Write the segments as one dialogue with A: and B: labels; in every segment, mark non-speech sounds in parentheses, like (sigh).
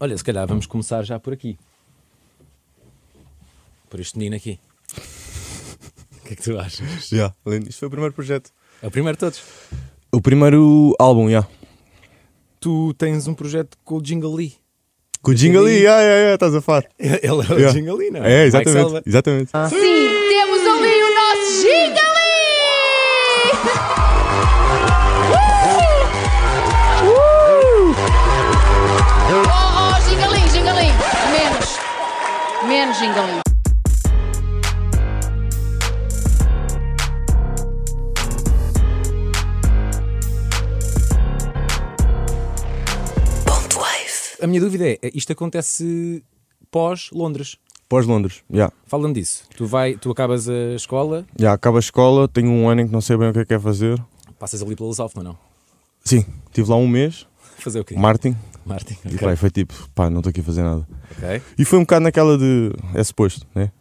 A: Olha, se calhar vamos começar já por aqui. Por este menino aqui. O que é que tu achas?
B: Já, lindo. Isto foi o primeiro projeto.
A: É o primeiro de todos.
B: O primeiro álbum, já.
A: Tu tens um projeto com o Jingle Lee.
B: Com o Jingle Lee, já, já, já, estás a falar.
A: (laughs) Ele é o
B: Yeah.
A: Jingle Lee, não é? Ah.
B: É,
A: Mike
B: exatamente.
A: Selva.
B: Exatamente.
C: Sim, temos ali o nosso Gigali! Uh! Uh! Oh, oh, Gigali, Gigali! Menos. Menos Gigali.
A: A minha dúvida é, isto acontece pós-Londres.
B: Pós-Londres, já.
A: Fala-me disso. Tu, vai, tu acabas a escola,
B: Já, acaba a escola, tenho um ano em que não sei bem o que é que é fazer.
A: passas ali pelos Alfa, não?
B: Sim, estive lá um mês,
A: Fazer o quê?
B: Martin,
A: Martin.
B: e
A: ok.
B: pá, foi tipo, pá, não estou aqui a fazer nada.
A: Ok.
B: E foi um bocado naquela de. É suposto, né?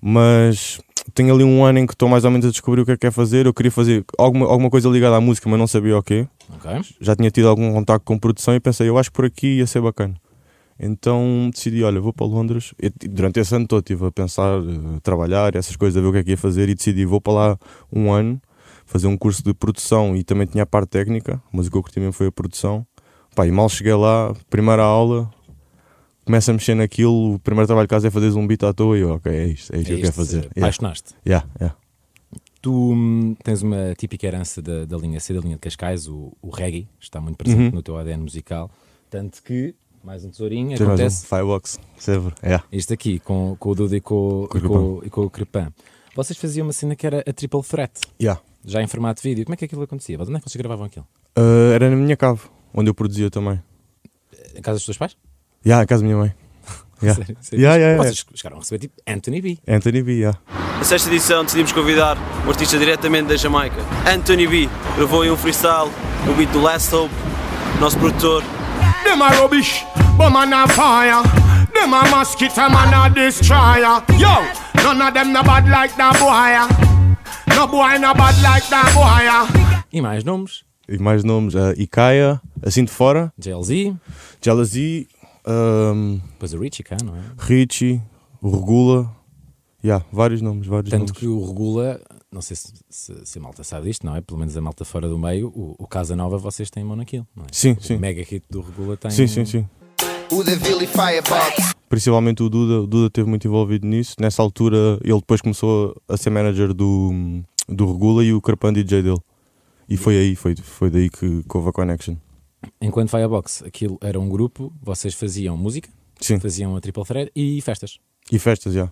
B: Mas tenho ali um ano em que estou mais ou menos a descobrir o que é que é fazer. Eu queria fazer alguma, alguma coisa ligada à música, mas não sabia o quê.
A: Ok.
B: Já tinha tido algum contacto com produção e pensei, eu acho que por aqui ia ser bacana. Então decidi, olha, vou para Londres. E t- durante esse ano todo estive a pensar, eh, a trabalhar, essas coisas, a ver o que é que ia fazer e decidi, vou para lá um ano, fazer um curso de produção e também tinha a parte técnica, mas o que eu curti mesmo foi a produção. Pá, e mal cheguei lá, primeira aula, começa a mexer naquilo, o primeiro trabalho de casa é fazer um beat à toa e eu, ok, é isto, é isto que eu quero
A: isto,
B: fazer. Yeah,
A: Apaixonaste.
B: yeah, yeah.
A: Tu hum, tens uma típica herança da, da linha C, da linha de Cascais, o, o reggae, está muito presente
B: Uhum.
A: no teu ADN musical. Tanto que, mais um tesourinho,
B: Tens mais um?
A: acontece
B: Firebox, server, yeah.
A: este aqui, com, com o Duda e com,
B: Com o
A: e com- e com o Crepan. Vocês faziam uma cena que era a triple threat,
B: Yeah.
A: já em formato de vídeo. Como é que aquilo acontecia? Onde é que vocês gravavam aquilo?
B: Ah, era na minha cave, onde eu produzia também.
A: Em casa dos teus pais?
B: Ya, a casa da
A: (laughs)
B: minha mãe. Ya.
A: Sério, sério.
B: Ya, ya, ya.
A: Vocês chegaram a receber tipo Anthony B.
B: Anthony B, ya.
D: Na sexta edição decidimos convidar um artista diretamente da Jamaica, Anthony B. Gravou em um freestyle no beat do Last Hope, nosso produtor.
E: Them a rubbish, but man a fire. Them a mosquito, man a destroyer. Yo, none of them no bad like that boy. No boy no bad like that boy.
A: E mais nomes:
B: E mais nomes, ah, Ikaya, assim de fora,
A: JLZ,
B: Jealousy, ahm,
A: depois o Richie cá, não é?
B: Richie, Regula, ya, vários nomes, vários
A: Tanto
B: nomes.
A: que o Regula, não sei se, se- se a malta sabe disto, não é? Pelo menos a malta fora do meio, o, o Casa Nova vocês têm mão naquilo, não é?
B: Sim,
A: O
B: sim,
A: mega hit do Regula tem.
B: sim, sim, sim.
F: O Deville e Firebox.
B: Principalmente o Duda, o Duda esteve muito envolvido nisso. Nessa altura, ele depois começou a ser manager do, do Regula e o Carpan DJ dele. E foi aí, foi, foi daí que, que houve a connection.
A: Enquanto Firebox, aquilo era um grupo, vocês faziam música,
B: Sim,
A: faziam a triple thread e festas.
B: e festas, já.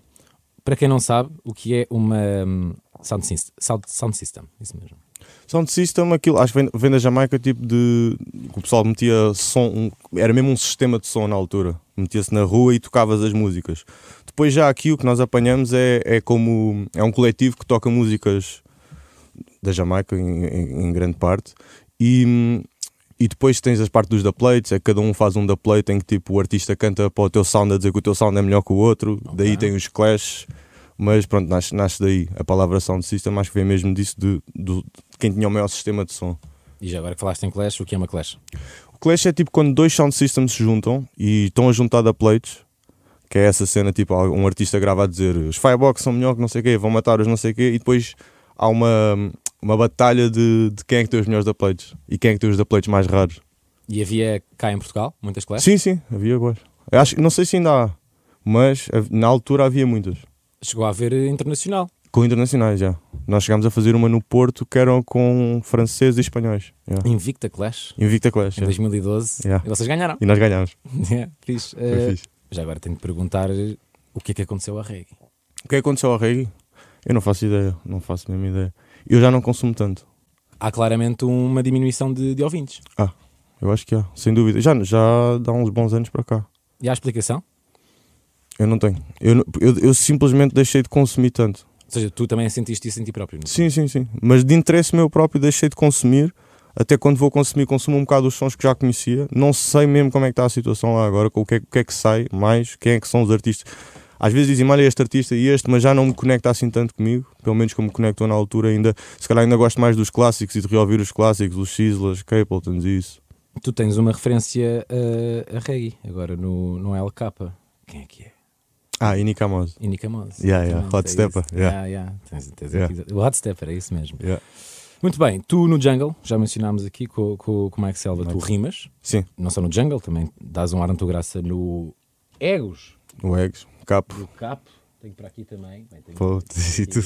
A: Para quem não sabe, o que é uma hum, sound, sys- sound- sound system, isso mesmo.
B: Sound System, aquilo, acho que vem, vem da Jamaica, tipo de. que o pessoal metia som. um- era mesmo um sistema de som na altura. Metia-se na rua e tocavas as músicas. Depois, já aqui, o que nós apanhamos é, é como. é um coletivo que toca músicas da Jamaica, em, em- em grande parte. E. hum, E depois tens as partes dos da plates, é que cada um faz um da plate em que tipo o artista canta para o teu sound a dizer que o teu sound é melhor que o outro, daí tem os clashes, mas pronto, nasce, nasce daí a palavra sound system, acho que vem mesmo disso de, do- de quem tinha o maior sistema de som.
A: E já agora que falaste em Clash, o que é uma Clash?
B: O clash é tipo quando dois sound systems se juntam e estão a juntar da plates, que é essa cena tipo há um artista grava a dizer os firebox são melhor que não sei o quê, vão matar os não sei o quê, e depois há uma, uma batalha de, de quem é que tem os melhores da plates e quem é que tem os da plates mais raros.
A: E havia cá em Portugal muitas Clash?
B: Sim, sim, havia boas. Eu Acho, não sei se ainda há, mas hav- na altura havia muitas.
A: Chegou a haver internacional.
B: Com internacionais, já. Nós chegámos a fazer uma no Porto que eram com franceses e espanhóis. já.
A: Invicta Clash,
B: Invicta Clash.
A: em
B: já.
A: 2012.
B: Yeah.
A: E vocês ganharam. (laughs)
B: E nós ganhámos.
A: É, fixe.
B: Foi
A: Eh,
B: fixe.
A: Já agora tenho de perguntar o que é que aconteceu à reggae.
B: O que é que aconteceu ao reggae? Eu não faço ideia, não faço mesmo ideia. Eu já não consumo tanto.
A: Há claramente uma diminuição de, de ouvintes.
B: Ah, eu acho que há, sem dúvida. Já, já dá uns bons anos para cá.
A: E há a explicação?
B: Eu não tenho. Eu, não- eu, eu simplesmente deixei de consumir tanto.
A: Ou seja, tu também sentiste isso em ti próprio. não é?
B: Sim, sim, sim. Mas de interesse meu próprio deixei de consumir. Até quando vou consumir, consumo um bocado os sons que já conhecia. Não sei mesmo como é que está a situação lá agora, com o que é, o que, é que sai mais, quem é que são os artistas. Às vezes dizem, olha este artista e este, mas já não me conecta assim tanto comigo. Pelo menos como me conectou na altura ainda. Se calhar ainda gosto mais dos clássicos e de reouvir os clássicos, os Sislas, Capletons e isso.
A: é? tu tens uma referência eh, a, a reggae, agora no, no LK. Quem é que é?
B: Ah, e Nicamoso.
A: Inica Mose.
B: Yeah, yeah,
A: exatamente,
B: Hot
A: é
B: Stepper,
A: isso. Yeah,
B: yeah.
A: yeah, tens- tens
B: Yeah.
A: aqui- O Hot Stepper, é isso mesmo.
B: Yeah.
A: Muito bem, tu no Jungle, já mencionámos aqui com, com, com o Mike é Selva,
B: é
A: tu rimas,
B: Sim,
A: não só no Jungle, também dás um ar graça no Egos,
B: o Eggs, Capo.
A: do Capo. Tenho para aqui também. Bem, tenho-
B: Pô, (laughs) e tu?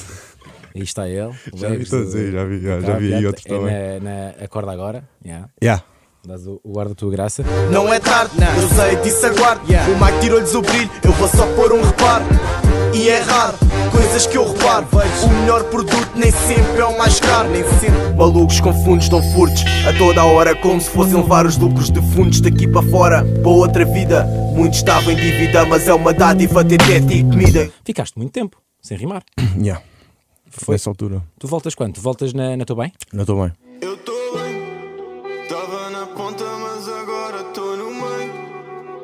A: Aí está ele. o
B: Já vi
A: Egos
B: todos
A: do-
B: aí, já vi,
A: do
B: já- já
A: Capo,
B: vi aí outros
A: é
B: também.
A: Na, na Acorda Agora, yeah.
B: Yeah.
A: dás o, o ar da tua graça.
G: Não é tarde, eu sei disso aguardo O Mike tirou-lhes o brilho, eu vou só pôr um reparo E é raro, coisas que eu reparo O melhor produto nem sempre é o mais caro nem sempre. Malucos com fundos dão furtos A toda a hora como se fossem levar os lucros de fundos Daqui para fora, para outra vida Muitos estavam em dívida, mas é uma dádiva ter teto e comida
A: Ficaste muito tempo sem rimar.
B: Yeah.
A: Foi.
B: Nessa altura.
A: Tu voltas quando? Tu voltas na, na Tô Bem?
B: Não estou bem.
H: Eu tô bem, tava na ponta, mas agora tô no meio.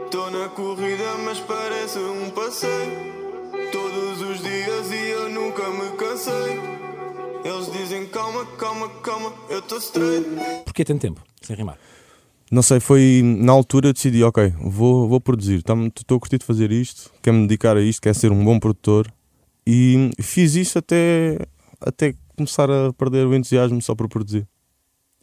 H: Tô na corrida, mas parece um passeio. Todos os dias e eu nunca me cansei. Eles dizem calma, calma, calma, eu tô straight.
A: Porquê tanto tempo sem rimar?
B: Não sei, foi na altura eu decidi, ok, vou, vou produzir, estou a curtir de fazer isto, quero me dedicar a isto, quero ser um bom produtor e fiz isso até, até começar a perder o entusiasmo só para produzir.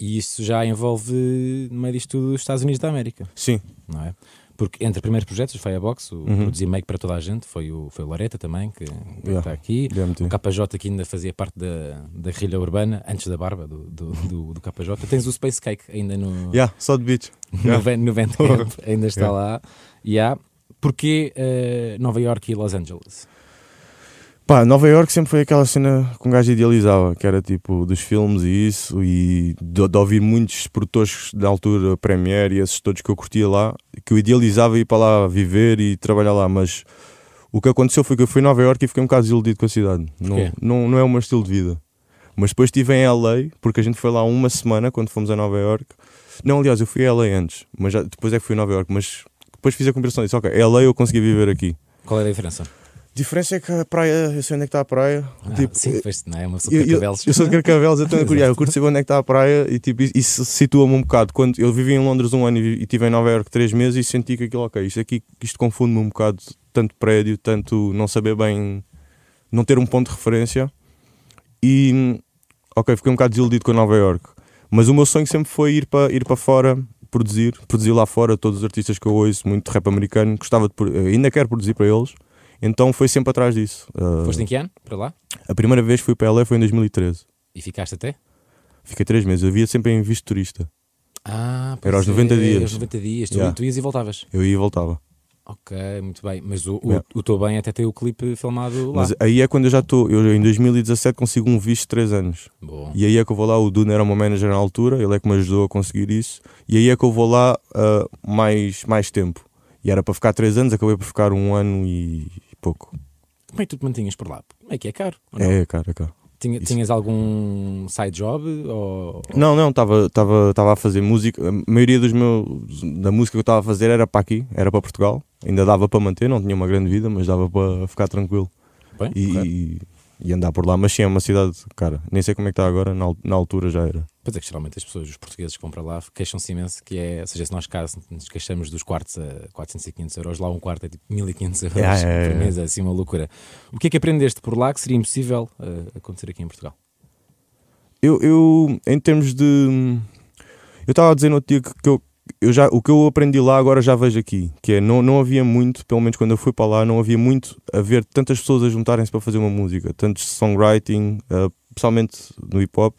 A: E isso já envolve, no meio disto tudo, os Estados Unidos da América,
B: Sim,
A: não é? Porque entre primeiros projetos, os Firebox, o produzir make para toda a gente, foi o, foi o Loreta também, que, que
B: Uhum. Yeah,
A: está aqui.
B: DMT.
A: O KJ que ainda fazia parte da, da guerrilha urbana, antes da barba do, do, do, do KJ. Tens o Space Cake ainda no,
B: yeah, só de beats.
A: no,
B: (laughs)
A: Van- no Bandcamp, ainda está
B: É.
A: lá. E há. Porquê eh, Nova York e Los Angeles?
B: Pá, Nova York sempre foi aquela cena que um gajo idealizava, que era tipo dos filmes e isso, e de, de ouvir muitos produtores da altura, Premiere e esses todos que eu curtia lá, que eu idealizava ir para lá viver e trabalhar lá, mas o que aconteceu foi que eu fui a Nova York e fiquei um bocado desiludido com a cidade.
A: Porquê?
B: Não, não, não é o meu estilo de vida. Mas depois estive em LA, porque a gente foi lá uma semana quando fomos a Nova York. Não, aliás, eu fui a LA antes, mas já- depois é que fui a Nova York, mas depois fiz a comparação e disse, ok, LA eu consegui viver aqui.
A: Qual é a diferença?
B: Diferença é que a praia, eu sei onde é que está a praia.
A: Ah,
B: tipo,
A: sim, pois, não é uma pessoa
B: eu,
A: de
B: eu,
A: cabelos.
B: eu sou de Carcavelos, então eu curto, eu curto saber onde é que está a praia e tipo, isso- isso situa-me um bocado. Quando eu vivi em Londres um ano e vi- e estive em Nova Iorque três meses e senti que aquilo, ok, isto aqui isto confunde-me um bocado, tanto prédio, tanto não saber bem, não ter um ponto de referência. E ok, fiquei um bocado desiludido com Nova Iorque. Mas o meu sonho sempre foi ir para ir para fora, produzir, produzir lá fora todos os artistas que eu ouço, muito rap americano, gostava de pro- ainda quero produzir para eles. Então foi sempre atrás disso. Ah,
A: Foste em que ano para lá?
B: a primeira vez que fui para LA foi em 2013.
A: E ficaste até?
B: Fiquei três meses. Eu via sempre em visto turista.
A: Ah, pois
B: Era aos
A: é,
B: 90 dias.
A: aos 90 dias, tu,
B: Yeah.
A: tu ias e voltavas.
B: Eu ia e voltava.
A: Ok, muito bem. Mas o, o,
B: Yeah.
A: o Tô Bem é até tem o clipe filmado lá.
B: Mas aí é quando eu já estou. Eu em 2017 consigo um visto de três anos.
A: Bom,
B: E aí é que eu vou lá. O Duna era o meu manager na altura. Ele é que me ajudou a conseguir isso. E aí é que eu vou lá ah, mais, mais tempo. E era para ficar três anos. Acabei por ficar um ano e pouco.
A: como é que tu te mantinhas por lá? Como é que é caro? ou não?
B: É, cara, cara.
A: Tinha- tinhas algum side job? Ou...
B: Não, não, estava tava, tava a fazer música. A maioria dos meus, da música que eu estava a fazer era para aqui, era para Portugal. Ainda dava para manter, não tinha uma grande vida, mas dava para ficar tranquilo
A: Bem,
B: e,
A: ok.
B: e- e andar por lá. Mas sim, é uma cidade, cara, nem sei como é que está agora, na, al- na altura já era.
A: Pois é, que geralmente as pessoas, os portugueses que vão para lá, queixam-se imenso que é, ou seja, se nós cá nos queixamos dos quartos a 400 e 500 euros, lá um quarto é tipo 1500 euros
B: É, é, é.
A: por mês, é assim uma loucura. O que é que aprendeste por lá que seria impossível eh, acontecer aqui em Portugal?
B: Eu, eu em termos de. Eu estava a dizer no outro dia que, que eu, eu já, o que eu aprendi lá agora já vejo aqui, que é não, não havia muito, pelo menos quando eu fui para lá, não havia muito a ver tantas pessoas a juntarem-se para fazer uma música, tanto songwriting, ah, especialmente no hip hop.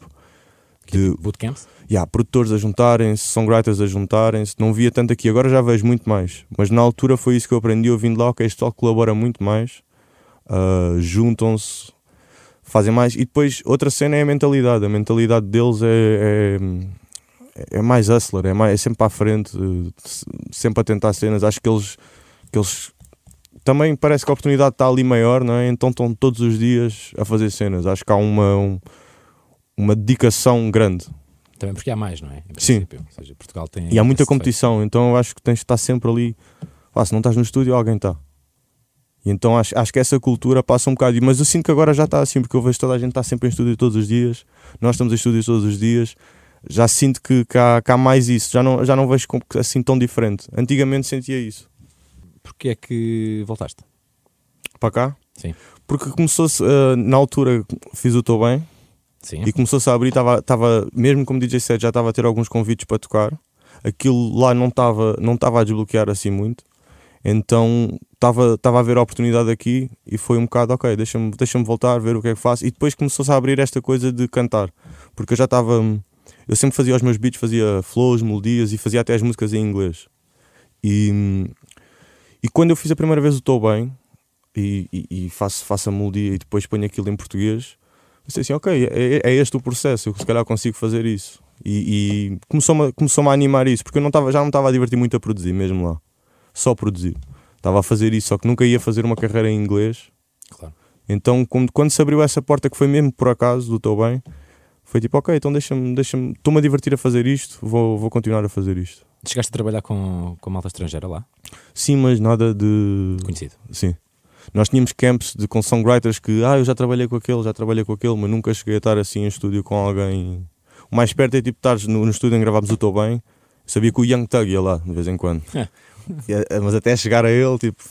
B: De,
A: Bootcamps?
B: yeah, produtores a juntarem-se, songwriters a juntarem-se, não via tanto aqui, agora já vejo muito mais. Mas na altura foi isso que eu aprendi ouvindo lá, ok, este pessoal colabora muito mais, ah, juntam-se, fazem mais. E depois outra cena é a mentalidade, a mentalidade deles é, é, é mais hustler, é, mais, é sempre para a frente, eh, se- sempre a tentar cenas. Acho que eles, que eles também parece que a oportunidade está ali maior, não é? Então estão todos os dias a fazer cenas. Acho que há uma, um- uma dedicação grande.
A: Também porque há mais, não é? Em
B: Sim.
A: princípio. Ou seja, Portugal tem.
B: E há muita
A: esse
B: competição, então eu acho que tens de estar sempre ali. Pá, se não estás no estúdio, alguém está. E então acho, acho que essa cultura passa um bocado. Mas eu tá sinto que agora já está assim, porque eu vejo toda a gente está sempre em estúdio todos os dias. Nós estamos em estúdio todos os dias. já sinto que, que, há, que há mais isso, já não, já não vejo como que assim tão diferente. Antigamente sentia isso.
A: Porquê é que voltaste?
B: Para cá?
A: Sim.
B: Porque começou-se, eh, na altura fiz o Tô Bem
A: Sim.
B: e começou-se a abrir, estava, tava, mesmo como DJ set já estava a ter alguns convites para tocar, aquilo lá não estava não tava a desbloquear assim muito, então estava tava a ver a oportunidade aqui e foi um bocado, ok, deixa-me deixa voltar, ver o que é que faço, e depois começou-se a abrir esta coisa de cantar, porque eu já estava, eu sempre fazia os meus beats, fazia flows, melodias e fazia até as músicas em inglês, e, e quando eu fiz a primeira vez o Tô Bem, e, e- e faço, faço a melodia e depois ponho aquilo em português, pensei assim, ok, é, é este o processo, eu se calhar consigo fazer isso. E, e começou-me a- começou-me a animar isso, porque eu não tava, já não estava a divertir muito a produzir mesmo lá, só produzir. Estava a fazer isso, só que nunca ia fazer uma carreira em inglês.
A: Claro.
B: Então, quando, quando se abriu essa porta, que foi mesmo por acaso, do teu bem, foi tipo, ok, então deixa-me, deixa-me, estou-me a divertir a fazer isto, vou, vou continuar a fazer isto.
A: Chegaste a trabalhar com, com malta estrangeira lá?
B: Sim, mas nada de.
A: Conhecido.
B: Sim. Nós tínhamos camps de, com songwriters que, ah, eu já trabalhei com aquele, já trabalhei com aquele, mas nunca cheguei a estar assim em estúdio com alguém. O mais perto é tipo estar no, no estúdio em gravarmos o Tô Bem. Sabia que o Young Thug ia lá, de vez em quando. E, eh, mas até chegar a ele, tipo,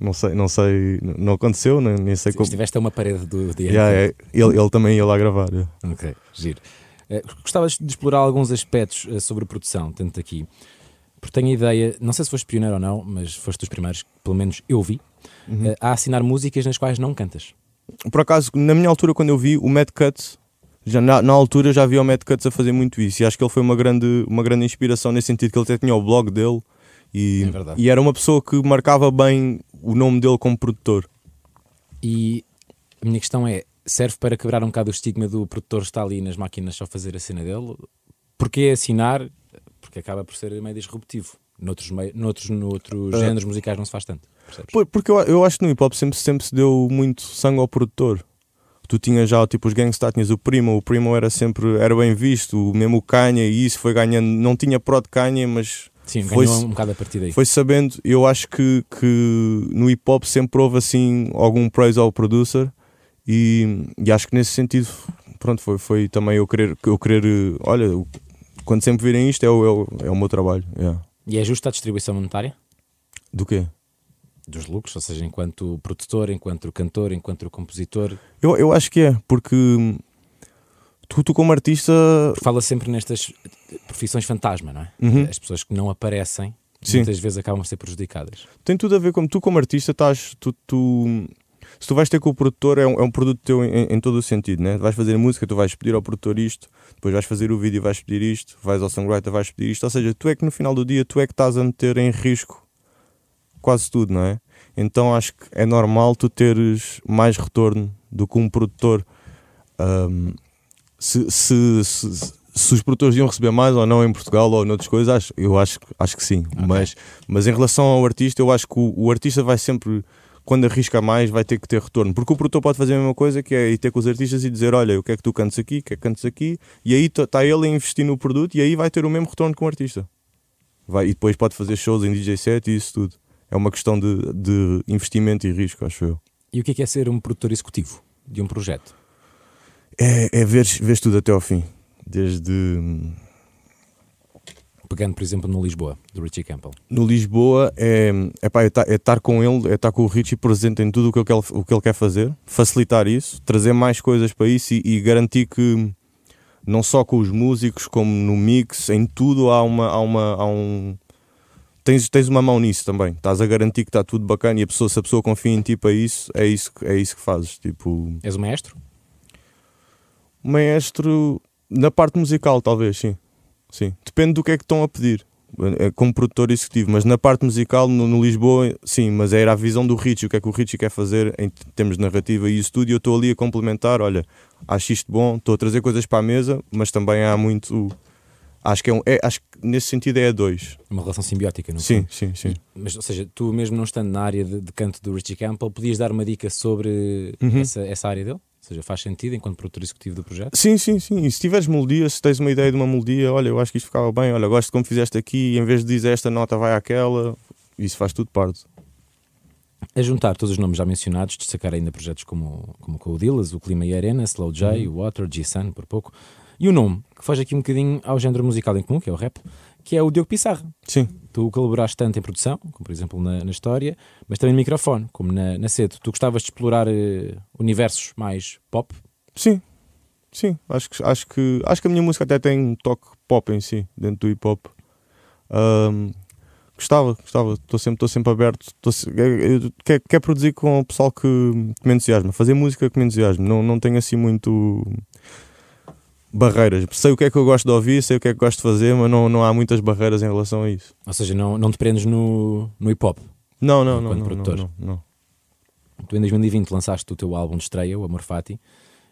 B: não sei, não sei, n- não aconteceu, nem, nem sei como.
A: Estiveste a uma parede do dia.
B: Yeah, é, ele, ele também ia lá gravar. é.
A: Ok, giro. Eh, gostava de explorar alguns aspectos eh, sobre produção, tanto aqui, porque tenho a ideia, não sei se foste pioneiro ou não, mas foste dos primeiros, que pelo menos eu vi, eh, a assinar músicas nas quais não cantas.
B: Por acaso, na minha altura, quando eu vi o Mad Cut, já na, na altura eu já vi o Mad Cuts a fazer muito isso. E acho que ele foi uma grande, uma grande inspiração nesse sentido que ele até tinha o blog dele e,
A: É verdade.
B: e era uma pessoa que marcava bem o nome dele como produtor.
A: E a minha questão é: serve para quebrar um bocado o estigma do produtor estar ali nas máquinas só fazer a cena dele? Porquê assinar? Porque acaba por ser meio disruptivo. Noutros, mei- noutros, noutros géneros musicais não se faz tanto. percebes?
B: Por- Porque eu, eu acho que no hip hop sempre, sempre se deu muito sangue ao produtor. Tu tinhas já tipo os gangsta, tinhas o Primo, o Primo era sempre era bem visto, o mesmo o Kanye, e isso foi ganhando, não tinha pró de Kanye, mas
A: Sim,
B: foi,
A: ganhou um bocado a partir daí.
B: foi sabendo, eu acho que, que no hip hop sempre houve assim algum praise ao producer e, e acho que nesse sentido pronto, foi, foi também eu querer, eu querer eh, olha, eu- quando sempre virem isto é o, é o, é o meu trabalho. yeah.
A: E é justa a distribuição monetária?
B: Do quê?
A: dos lucros, ou seja, enquanto produtor, enquanto cantor, enquanto compositor,
B: Eu, eu acho que é, porque hum, tu, tu como artista
A: porque fala sempre nestas profissões fantasma, não é? As pessoas que não aparecem
B: Uhum. Sim.
A: muitas vezes acabam por ser prejudicadas.
B: tem tudo a ver como tu como artista estás tu, tu- se tu vais ter com o produtor é um, é um produto teu em, em todo o sentido né vais fazer a música tu vais pedir ao produtor isto depois vais fazer o vídeo vais pedir isto vais ao songwriter vais pedir isto ou seja tu é que no final do dia tu é que estás a meter em risco quase tudo não é então acho que é normal tu teres mais retorno do que um produtor hum, Ahm, se, se- se- se os produtores iam receber mais ou não em Portugal ou noutras coisas, acho, eu acho, acho que sim. Mas, mas em relação ao artista, eu acho que o, o artista vai sempre, quando arrisca mais, vai ter que ter retorno. Porque o produtor pode fazer a mesma coisa que é ir ter com os artistas e dizer: Olha, o que é que tu cantas aqui, o que é que cantas aqui, e aí está ele a investir no produto e aí vai ter o mesmo retorno com o artista. Vai, e depois pode fazer shows em DJ set e isso tudo. É uma questão de, de investimento e risco, acho eu.
A: E o que é, que é ser um produtor executivo de um projeto?
B: É, é ver, ver tudo até ao fim. Desde. hum,
A: Pegando, por exemplo, no Lisboa, do Richie Campbell.
B: no Lisboa é, epá, é, ta- é estar com ele, é estar com o Richie presente em tudo o que, ele, quer- o que ele quer fazer, facilitar isso, trazer mais coisas para isso e, e garantir que não só com os músicos, como no mix, em tudo há uma. Há uma há um, tens, tens uma mão nisso também. Estás a garantir que está tudo bacana e a pessoa, se a pessoa confia em ti para isso, é isso, que- é isso que fazes. Tipo,
A: És o maestro?
B: maestro na parte musical, talvez, sim. Sim. Depende do que é que estão a pedir. eh, Como produtor executivo, mas na parte musical, no, no Lisboa, sim, mas era a visão do Richie, o que é que o Richie quer fazer em t- termos de narrativa e isso tudo, e eu estou ali a complementar. Olha, acho isto bom, estou a trazer coisas para a mesa, mas também há muito. Acho que é um. é- acho que nesse sentido é a dois.
A: Uma relação simbiótica, não
B: Sim, sim, sim.
A: Mas, ou seja, tu mesmo não estando na área de, de canto do Richie Campbell, podias dar uma dica sobre
B: Uhum.
A: essa, essa área dele? Ou seja, faz sentido enquanto produtor executivo do projeto?
B: Sim, sim, sim. E se tiveres melodia, se tens uma ideia de uma melodia, olha, eu acho que isto ficava bem, olha, gosto de como fizeste aqui, em vez de dizer esta nota vai àquela, isso faz tudo parte.
A: A juntar todos os nomes já mencionados, destacar ainda projetos como, como com o Dillas, o Clima e a Arena, Slow J, o Water, G-Sun, por pouco, E o nome, que foge aqui um bocadinho ao género musical em comum, que é o rap, que é o Diogo Pissarra.
B: Sim.
A: Tu colaboraste tanto em produção, como por exemplo na, na história, mas também no microfone, como na, na Cedo. Tu gostavas de explorar eh, universos mais pop?
B: Sim. Sim, acho que, acho, que, acho que a minha música até tem um toque pop em si, dentro do hip hop. Ahm, gostava, gostava. Estou sempre, tô sempre aberto. Tô se- eu- eu- quer, quer produzir com o pessoal que, que me entusiasma. Fazer música que me entusiasma. Não, não tenho assim muito barreiras. Sei o que é que eu gosto de ouvir, sei o que é que gosto de fazer, mas não, não há muitas barreiras em relação a isso.
A: Ou seja, não, não te prendes no, no hip hop.
B: Não, não, não.
A: Enquanto
B: não, não,
A: produtor.
B: não, não. (laughs)
A: Tu em 2020 lançaste o teu álbum de estreia, o Amor Fati.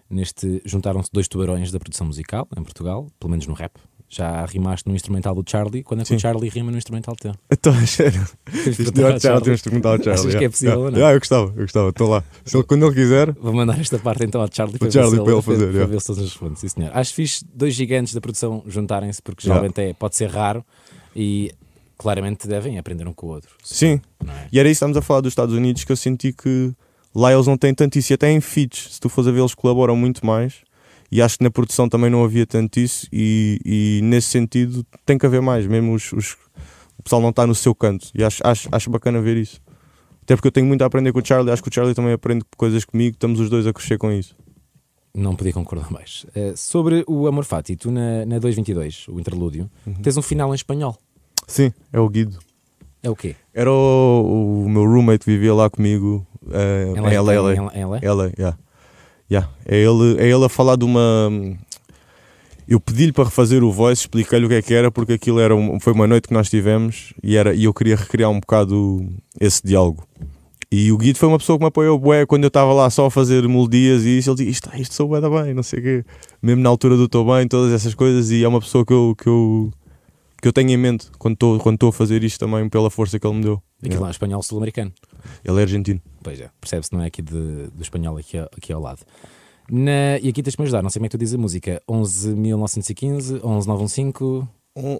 A: Neste juntaram-se dois tubarões da produção musical em Portugal, pelo menos no rap. Já rimaste no instrumental do Charlie, quando é que o
B: Sim.
A: Charlie rima no instrumental teu?
B: Estou a sério.
A: Tens de
B: (laughs) Isto
A: perguntar
B: não é
A: ao
B: o Charlie,
A: Charlie.
B: temos de perguntar ao Charlie.
A: Achas que é
B: yeah.
A: possível ou não?
B: Yeah, eu gostava, eu gostava, estou lá. Se ele- quando ele quiser,
A: Vou mandar esta parte então ao Charlie, para,
B: Charlie
A: ver se
B: para ele fazer,
A: para
B: é.
A: ver se eles nos respondem. Sim, senhor. Acho fixe dois gigantes da produção juntarem-se, porque
B: Yeah.
A: geralmente é, pode ser raro e claramente devem aprender um com o outro.
B: Sim. E era isso que estávamos a falar dos Estados Unidos que eu senti que lá eles não têm tanto isso. E até em feats, se tu fores a ver, eles colaboram muito mais. E acho que na produção também não havia tanto isso. E, e nesse sentido tem que haver mais. Mesmo os, os- o pessoal não está no seu canto. E acho, acho, acho bacana ver isso. Até porque eu tenho muito a aprender com o Charlie. Acho que o Charlie também aprende coisas comigo. Estamos os dois a crescer com isso.
A: Não podia concordar mais. Eh, sobre o Amor Fati, tu na, na 222, o interlúdio,
B: Uhum.
A: tens um final em espanhol.
B: Sim, é o Guido.
A: É o quê?
B: Era o, o meu roommate que vivia lá comigo eh,
A: é
B: em LA.
A: Em LA. em LA?
B: Ela, é. yeah. Yeah. É, ele, é ele a falar de uma. Eu pedi-lhe para refazer o voice, expliquei-lhe o que é que era, porque aquilo era um- foi uma noite que nós tivemos e, era, e eu queria recriar um bocado esse diálogo. E o Guido foi uma pessoa que me apoiou bué quando eu estava lá só a fazer melodias e isso. Ele disse: Isto, isto sou bué da bem, não sei o quê. Mesmo na altura do Estou Bem, todas essas coisas. E é uma pessoa que eu, que eu, que eu tenho em mente quando estou quando estou a fazer isto também, pela força que ele me deu.
A: Aquilo é um espanhol sul-americano.
B: Ele é argentino.
A: Pois é, percebe-se, não é aqui de- do espanhol aqui, ao- aqui ao lado. Na- e aqui tens-me ajudar, não sei como é que tu dizes a música. 11.915, 11.915,
B: Um-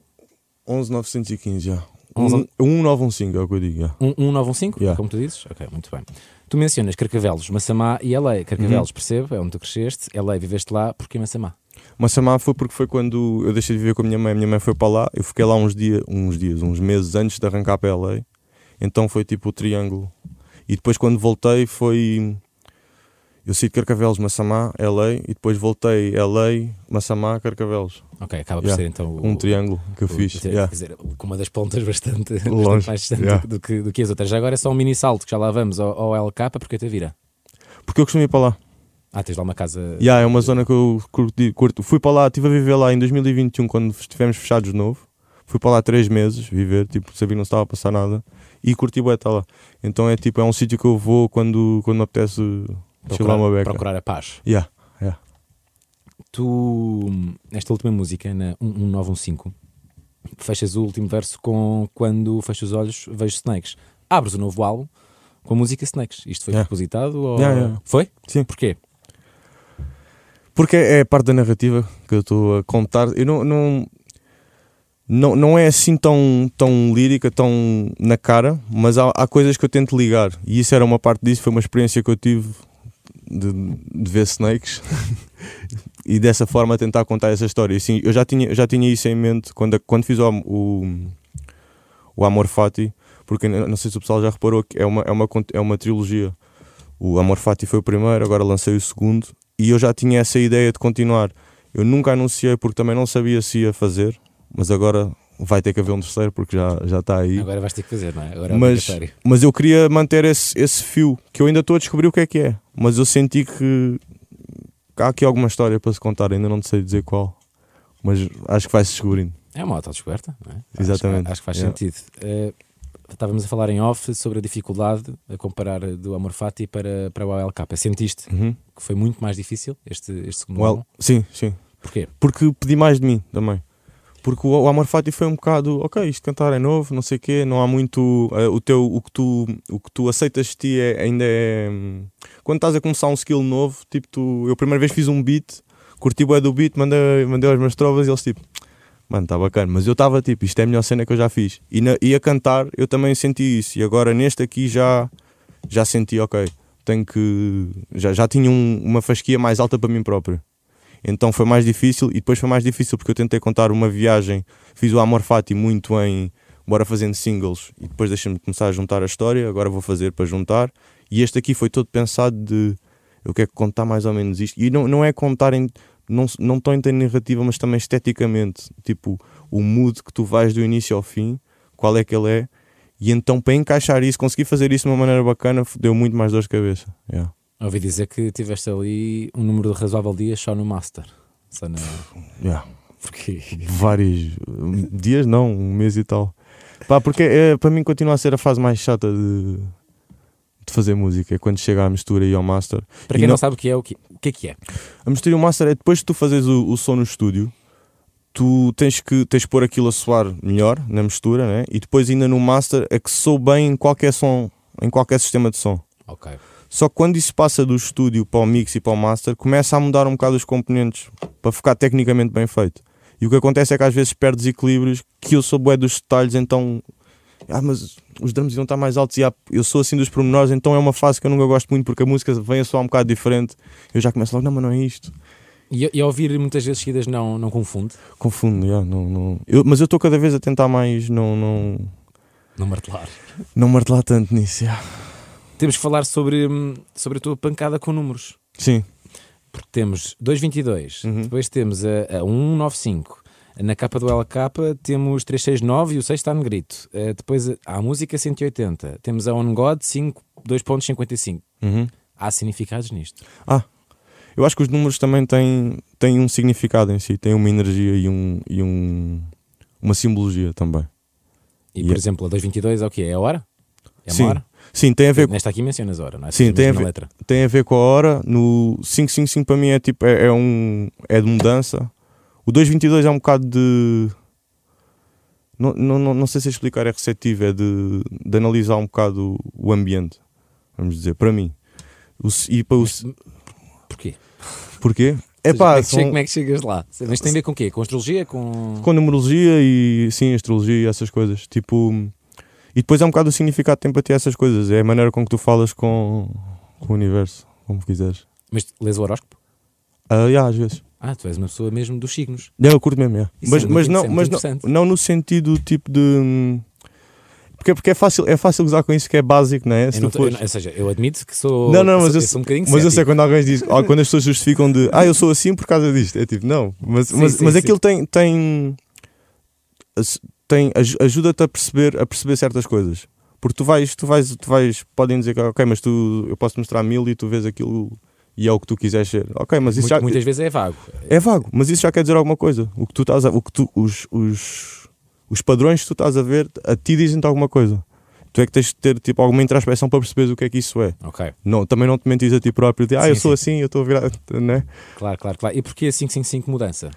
B: 11.915, já.
A: Onze-
B: Um- 1915 é o que eu digo, já.
A: 1195,
B: Yeah.
A: como tu dizes? Ok, muito bem. Tu mencionas Carcavelos, Massamá e LA.
B: Uhum.
A: Carcavelos, percebo, é onde tu cresceste. LA, viveste lá, porque Massamá?
B: Massamá foi porque foi quando eu deixei de viver com a minha mãe. A minha mãe foi para lá. Eu fiquei lá uns dias, uns dias, uns meses antes de arrancar para LA. Então foi tipo o triângulo. E depois quando voltei foi... Eu saí de Carcavelos, Massamá, LA. E depois voltei LA, Massamá, Carcavelos.
A: Ok, acaba por
B: Yeah.
A: ser então o-
B: Um triângulo que eu
A: o-
B: fiz.
A: o- Quer
B: yeah.
A: dizer, com uma das pontas bastante, bastante
B: Longe,
A: mais distante
B: yeah.
A: do, que, do que as outras. Já agora é só um mini salto, que já lá vamos ao, ao LK, porque eu te vira.
B: Porque eu costumo ir para lá.
A: Ah, tens lá uma casa.
B: Yeah, é uma zona que eu curti- curto. Fui para lá, estive a viver lá em 2021, quando estivemos fechados de novo. Fui para lá três meses viver, tipo, sabia que não se estava a passar nada. E curti bué estar lá. Então é tipo, é um sítio que eu vou quando, quando me apetece
A: procurar,
B: chilar uma beca.
A: procurar a paz.
B: Yeah, yeah.
A: Tu, hum, nesta última música, na 1915, fechas o último verso com Quando fecho os olhos, vejo Snakes. Abres o novo álbum com a música Snakes. Isto foi
B: Yeah.
A: propositado? Ou...
B: Yeah, yeah.
A: Foi?
B: Sim.
A: Porquê?
B: Porque é a parte da narrativa que eu estou a contar. Eu não, não, não, não é assim tão, tão lírica, tão na cara, mas há, há coisas que eu tento ligar. E isso era uma parte disso, foi uma experiência que eu tive de, de ver snakes e dessa forma tentar contar essa história. E, Assim, eu já tinha, eu já tinha isso em mente quando, quando fiz o, am- o, o Amor Fati, porque n- não sei se o pessoal já reparou que é uma, é uma, cont- é uma trilogia. O Amor Fati foi o primeiro, agora lancei o segundo e eu já tinha essa ideia de continuar. Eu nunca anunciei porque também não sabia se ia fazer, mas agora vai ter que haver um terceiro porque já, já está aí.
A: Agora vais ter que fazer, não é? Agora é
B: mas,
A: obrigatório.
B: mas eu queria manter esse, esse fio que eu ainda estou a descobrir o que é que é. Mas eu senti que há aqui alguma história para se contar, ainda não sei dizer qual, mas acho que vai-se descobrindo.
A: É uma autodescoberta, não é? Acho,
B: Exatamente.
A: que- acho que faz
B: Yeah.
A: sentido. Eh, estávamos a falar em off sobre a dificuldade a comparar do Amor Fati para, para o ALK. Sentiste
B: Uhum.
A: que foi muito mais difícil este, este segundo
B: Well,
A: álbum?
B: sim, sim.
A: Porquê?
B: porque pedi mais de mim também. Porque o, o Amor Fati foi um bocado, ok, isto de cantar é novo, não sei o quê, não há muito. eh, o, teu, o, que tu, o que tu aceitas de ti é- ainda é. hum, Quando estás a começar um skill novo, tipo, tu, eu a primeira vez fiz um beat, curti o do beat, mandei, mandei aos meus trovas e eles tipo, mano, está bacana, mas eu estava tipo, isto é a melhor cena que eu já fiz. E, na- e a cantar eu também senti isso, e agora neste aqui já, já senti, ok, tenho que. Já, já tinha um- uma fasquia mais alta para mim próprio. Então foi mais difícil e depois foi mais difícil porque eu tentei contar uma viagem, fiz o Amor Fati muito em bora fazendo singles e depois deixa-me começar a juntar a história, agora vou fazer para juntar. E este aqui foi todo pensado de eu quero contar mais ou menos isto. E não, não é contar em não, não tanto em narrativa, mas também esteticamente, tipo o mood que tu vais do início ao fim, qual é que ele é. E então, para encaixar isso, conseguir fazer isso de uma maneira bacana, deu muito mais dor de cabeça. Yeah.
A: Ouvi dizer que tiveste ali um número de razoável de dias só no Master. Só na...
B: Yeah.
A: Porque
B: Vários hum, dias, não, um mês e tal. Pá, porque é, para mim continua a ser a fase mais chata de, de fazer música, é quando chega à mistura e ao master.
A: para
B: E
A: quem não... sabe o que é, o que, o que é que é?
B: A mistura e o master é depois que tu fazes o, o som no estúdio, tu tens que tens que pôr aquilo a soar melhor na mistura, né? E depois ainda no master é que sou bem em qualquer som, em qualquer sistema de som.
A: Ok.
B: Só que quando isso passa do estúdio para o mix e para o master, começa a mudar um bocado os componentes para ficar tecnicamente bem feito. E o que acontece é que às vezes perdes equilíbrios que eu sou bué dos detalhes, então. Ah, mas os drums iam estar mais altos e ah, eu sou assim dos pormenores, então é uma fase que eu nunca gosto muito porque a música vem a soar um bocado diferente. Eu já começo logo, não, mas não é isto.
A: E, e ouvir muitas vezes seguidas não, não confunde,
B: Confundo, já, não, não. Eu- mas eu estou cada vez a tentar mais não, não,
A: não martelar.
B: não martelar tanto nisso. já.
A: Temos que falar sobre, hum, sobre a tua pancada com números.
B: Sim,
A: Porque temos 222, depois temos a, a 195. Na capa do LK temos 369 e o 6 está no grito. Eh, depois a- há a música 180. Temos a On God 5, 2.55.
B: Uhum.
A: Há significados nisto.
B: Ah, eu acho que os números também têm, têm um significado em si, têm uma energia e, um, e um, uma simbologia também.
A: E, por
B: Yeah.
A: exemplo, a 222 é o quê? É a hora? É uma
B: sim,
A: hora?
B: sim, tem a ver com.
A: Nesta aqui mencionas a hora, não é?
B: Sim,
A: Mas
B: tem a,
A: na
B: ver,
A: letra.
B: tem a ver com a hora. No 555 para mim é tipo é, é um é de mudança. O 222 é um bocado de não, não, não, não sei se explicar é receptivo, é de, de analisar um bocado o- o ambiente, vamos dizer, para mim. O, c- e para o, c-
A: Porquê?
B: porquê?
A: Ou
B: É
A: seja, como, é
B: pá,
A: que che-
B: são-
A: como é que chegas lá? Mas tem a ver com o quê? Com astrologia? Com...
B: com numerologia e sim, astrologia e essas coisas. Tipo, e depois é um bocado o significado que tem para ti essas coisas. É a maneira com que tu falas com, com o universo, como quiseres.
A: Mas lês o horóscopo?
B: Ah, yeah, às vezes.
A: Ah, tu és uma pessoa mesmo dos signos.
B: É, eu curto mesmo, yeah.
A: Isso
B: mas,
A: é muito
B: mas, não,
A: interessante,
B: mas não,
A: muito interessante.
B: não no sentido tipo de. hum, Porque, porque é, fácil, é fácil gozar com isso que é básico, não é? Se
A: Eu não
B: tu
A: tô- eu
B: fores-
A: não- ou seja, eu admito que sou.
B: Não, não,
A: sou-
B: mas eu,
A: sou um bocadinho
B: mas eu sei
A: cético.
B: quando alguém diz, ou quando as pessoas justificam de ah, eu sou assim por causa disto. É tipo, não, mas, mas,
A: sim,
B: mas
A: sim.
B: aquilo tem. tem, as- tem aj- ajuda-te a perceber, a perceber certas coisas. Porque tu vais, tu vais, tu vais, podem dizer que, ok, mas tu, eu posso mostrar mil e tu vês aquilo e é o que tu quiseres ser. Ok, mas isso
A: Mu-
B: já,
A: Muitas vezes é vago.
B: é vago, mas isso já quer dizer alguma coisa. O que tu estás a, o que tu, os, os, os padrões que tu estás a ver a ti dizem-te alguma coisa. Tu é que tens de ter tipo, alguma introspeção para perceberes o que é que isso é.
A: Ok,
B: Não, também não te mentis a ti próprio de, ah,
A: Sim,
B: eu sou assim, eu estou a virar, né?
A: claro, claro, claro. E porquê a 555 mudança?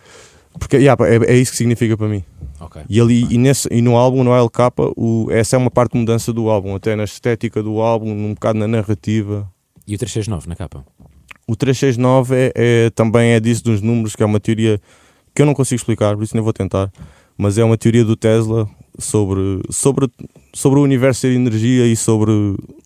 B: Porque yeah, pá, é, é isso que significa para mim.
A: Ok.
B: E ali e, nesse, e no álbum, no LK, o, essa é uma parte de mudança do álbum, até na estética do álbum, um bocado na narrativa.
A: E o 369 na capa?
B: O 369 é, é- também é disso dos números, que é uma teoria que eu não consigo explicar, por isso nem vou tentar, mas é uma teoria do Tesla sobre, sobre, sobre o universo ser energia e sobre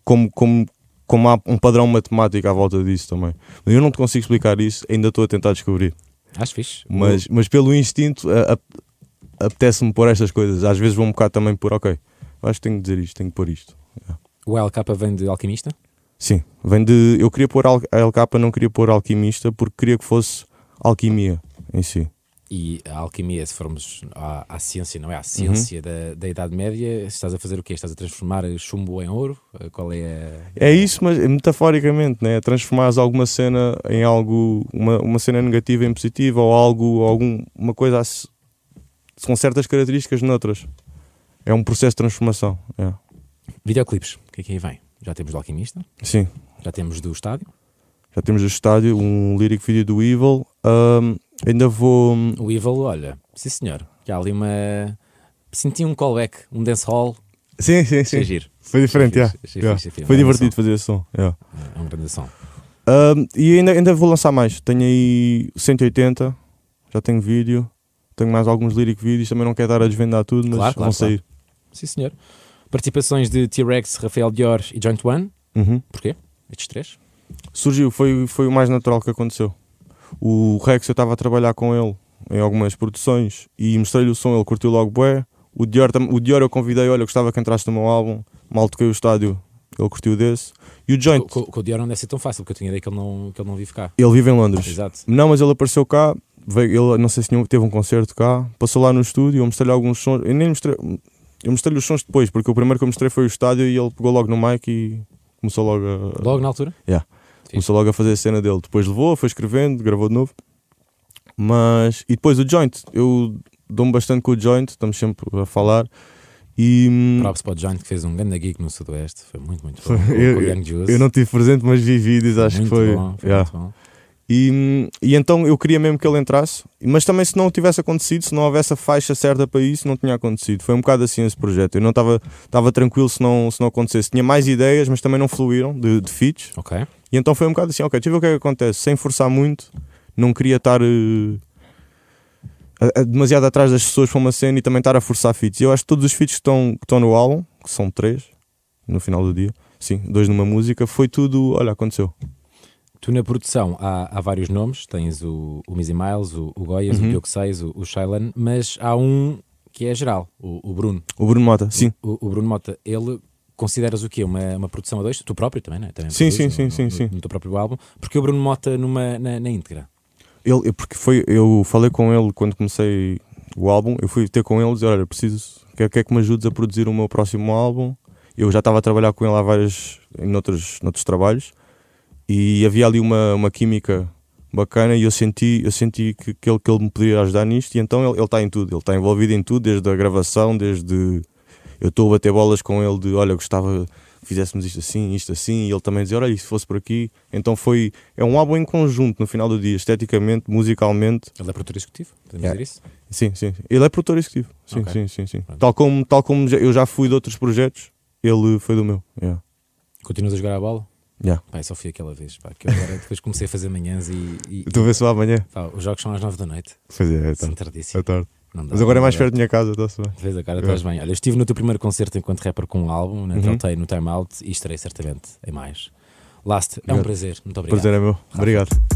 B: como, como, como há um padrão matemático à volta disso também. Eu não te consigo explicar isso, ainda estou a tentar descobrir,
A: Acho fixe.
B: mas, mas pelo instinto a- a- apetece-me pôr estas coisas. Às vezes vou um bocado também por, ok, acho que tenho que dizer isto, tenho que pôr isto.
A: O LK vem de alquimista?
B: Sim, vem de. Eu queria pôr al- a LK, não queria pôr alquimista porque queria que fosse alquimia em si.
A: E a alquimia, se formos à, à ciência, não é? À
B: Uhum.
A: ciência da, da Idade Média, estás a fazer o quê? Estás a transformar chumbo em ouro? Qual é a.
B: É isso, mas metaforicamente, né? Transformares alguma cena em algo. Uma, uma cena negativa em positiva ou algo. Algum, uma coisa ass- com certas características noutras. É um processo de transformação. é.
A: Videoclipes, o que é que aí vem? Já temos do alquimista,
B: Sim.
A: já temos do estádio.
B: Já temos o estádio, um lírico vídeo do Evil. Ahm, ainda vou. hum,
A: O Evil, olha, sim senhor, que há ali uma. Senti um callback, um dancehall,
B: Sim, sim,
A: Achei giro.
B: Foi
A: Achei
B: diferente, yeah.
A: fixe, achei
B: Yeah.
A: fixe, achei
B: Foi
A: uma
B: divertido fazer esse som. yeah.
A: é um grande som.
B: Um, e ainda, ainda vou lançar mais. Tenho aí 180, já tenho vídeo, tenho mais alguns lyric vídeos, também não quero dar a desvendar tudo, mas
A: Claro, claro,
B: vão sair.
A: Sim senhor. Participações de T-Rex, Rafael Dior e Joint One.
B: Uhum.
A: Porquê? Estes três?
B: Surgiu, foi, foi o mais natural que aconteceu. O Rex, eu estava a trabalhar com ele em algumas produções e mostrei-lhe o som, ele curtiu logo bué. O Dior, tam- o Dior eu convidei, olha, eu gostava que entraste no meu álbum, mal toquei o estádio, ele curtiu desse. E o Joint,
A: Com, com o Dior não deve ser tão fácil, porque eu tinha ideia que ele não, que ele não vive cá.
B: ele vive em Londres.
A: Exato.
B: Não, mas ele apareceu cá, veio, ele não sei se tinha- teve um concerto cá, passou lá no estúdio, eu mostrei-lhe alguns sons, eu nem mostrei, eu mostrei-lhe os sons depois, porque o primeiro que eu mostrei foi o estádio e ele pegou logo no mic e começou logo a,
A: Logo na altura?
B: Yeah. Começou logo a fazer a cena dele. Depois levou, foi escrevendo, gravou de novo. Mas. E depois o joint. Eu dou-me bastante com o joint, estamos sempre a falar. E. hum, (laughs)
A: Props para o Giant que fez um grande geek no Sudoeste. Foi muito, muito bom. Com- com
B: Eu,
A: o
B: eu,
A: Young Juice.
B: eu não tive presente, mas vi vídeos, acho
A: muito
B: que foi.
A: Bom, foi
B: yeah.
A: muito bom.
B: E, hum, e então eu queria mesmo que ele entrasse, mas também se não tivesse acontecido, se não houvesse a faixa certa para isso, não tinha acontecido. Foi um bocado assim esse projeto. Eu não estava estava tranquilo se não, se não acontecesse. Tinha mais ideias, mas também não fluíram de, de feats.
A: Ok.
B: E então foi um bocado assim, ok, deixa eu ver o que é que acontece, sem forçar muito, não queria estar eh, a- a- demasiado atrás das pessoas para uma cena e também estar a forçar feats. E Eu acho que todos os feats que estão, que estão no álbum, que são três, no final do dia, sim, dois numa música, foi tudo, olha, aconteceu.
A: Tu na produção há, há vários nomes, tens o, o Mizzy Miles, o, o Goias,
B: Uhum.
A: o Diogo Seis, o, o Shailan, mas há um que é geral, o, o Bruno.
B: O Bruno Mota, sim.
A: O, o Bruno Mota, ele consideras o quê? Uma, uma produção a dois? Tu próprio também, não é? Também
B: Sim,
A: produzes
B: sim,
A: no-
B: sim,
A: no,
B: sim,
A: No,
B: sim.
A: teu próprio álbum, porque o Bruno Mota numa, na, na íntegra.
B: Ele, eu- porque foi, eu falei com ele quando comecei o álbum, eu fui ter com ele e dizer, olha, preciso, quer, quer que me ajudes a produzir o meu próximo álbum? Eu já estava a trabalhar com ele há várias, em outros, noutros trabalhos, e havia ali uma, uma química bacana e eu senti, eu senti que, que, ele, que ele me podia ajudar nisto e então ele está em tudo, ele está envolvido em tudo, desde a gravação, desde eu estou a bater bolas com ele de olha, gostava que fizéssemos isto assim, isto assim, e ele também dizer, olha, e se fosse por aqui, então foi é um álbum em conjunto no final do dia, esteticamente, musicalmente,
A: Ele é produtor executivo, podemos
B: Yeah.
A: dizer isso?
B: sim, sim, sim. ele é produtor executivo, sim,
A: Ok.
B: sim, sim, sim. Tal como, tal como já- eu já fui de outros projetos, ele foi do meu. Yeah.
A: Continuas a jogar a bola?
B: Yeah.
A: Pá, eu só fui aquela vez, pá, que eu agora depois comecei a fazer manhãs e, e-
B: Tu vê se lá amanhã.
A: pá, os jogos são às nove da noite.
B: Pois é, é
A: São
B: tarde.
A: tardíssimo.
B: É tarde.
A: Não dá,
B: Mas agora é
A: não
B: mais
A: dá.
B: perto da minha casa, está-se bem.
A: Vês a cara, estás bem. Olha, eu estive no teu primeiro concerto enquanto rapper com um álbum, na Telltale, no Time Out, e estarei certamente em mais. Last, é um prazer. Muito obrigado.
B: Prazer é meu. Obrigado.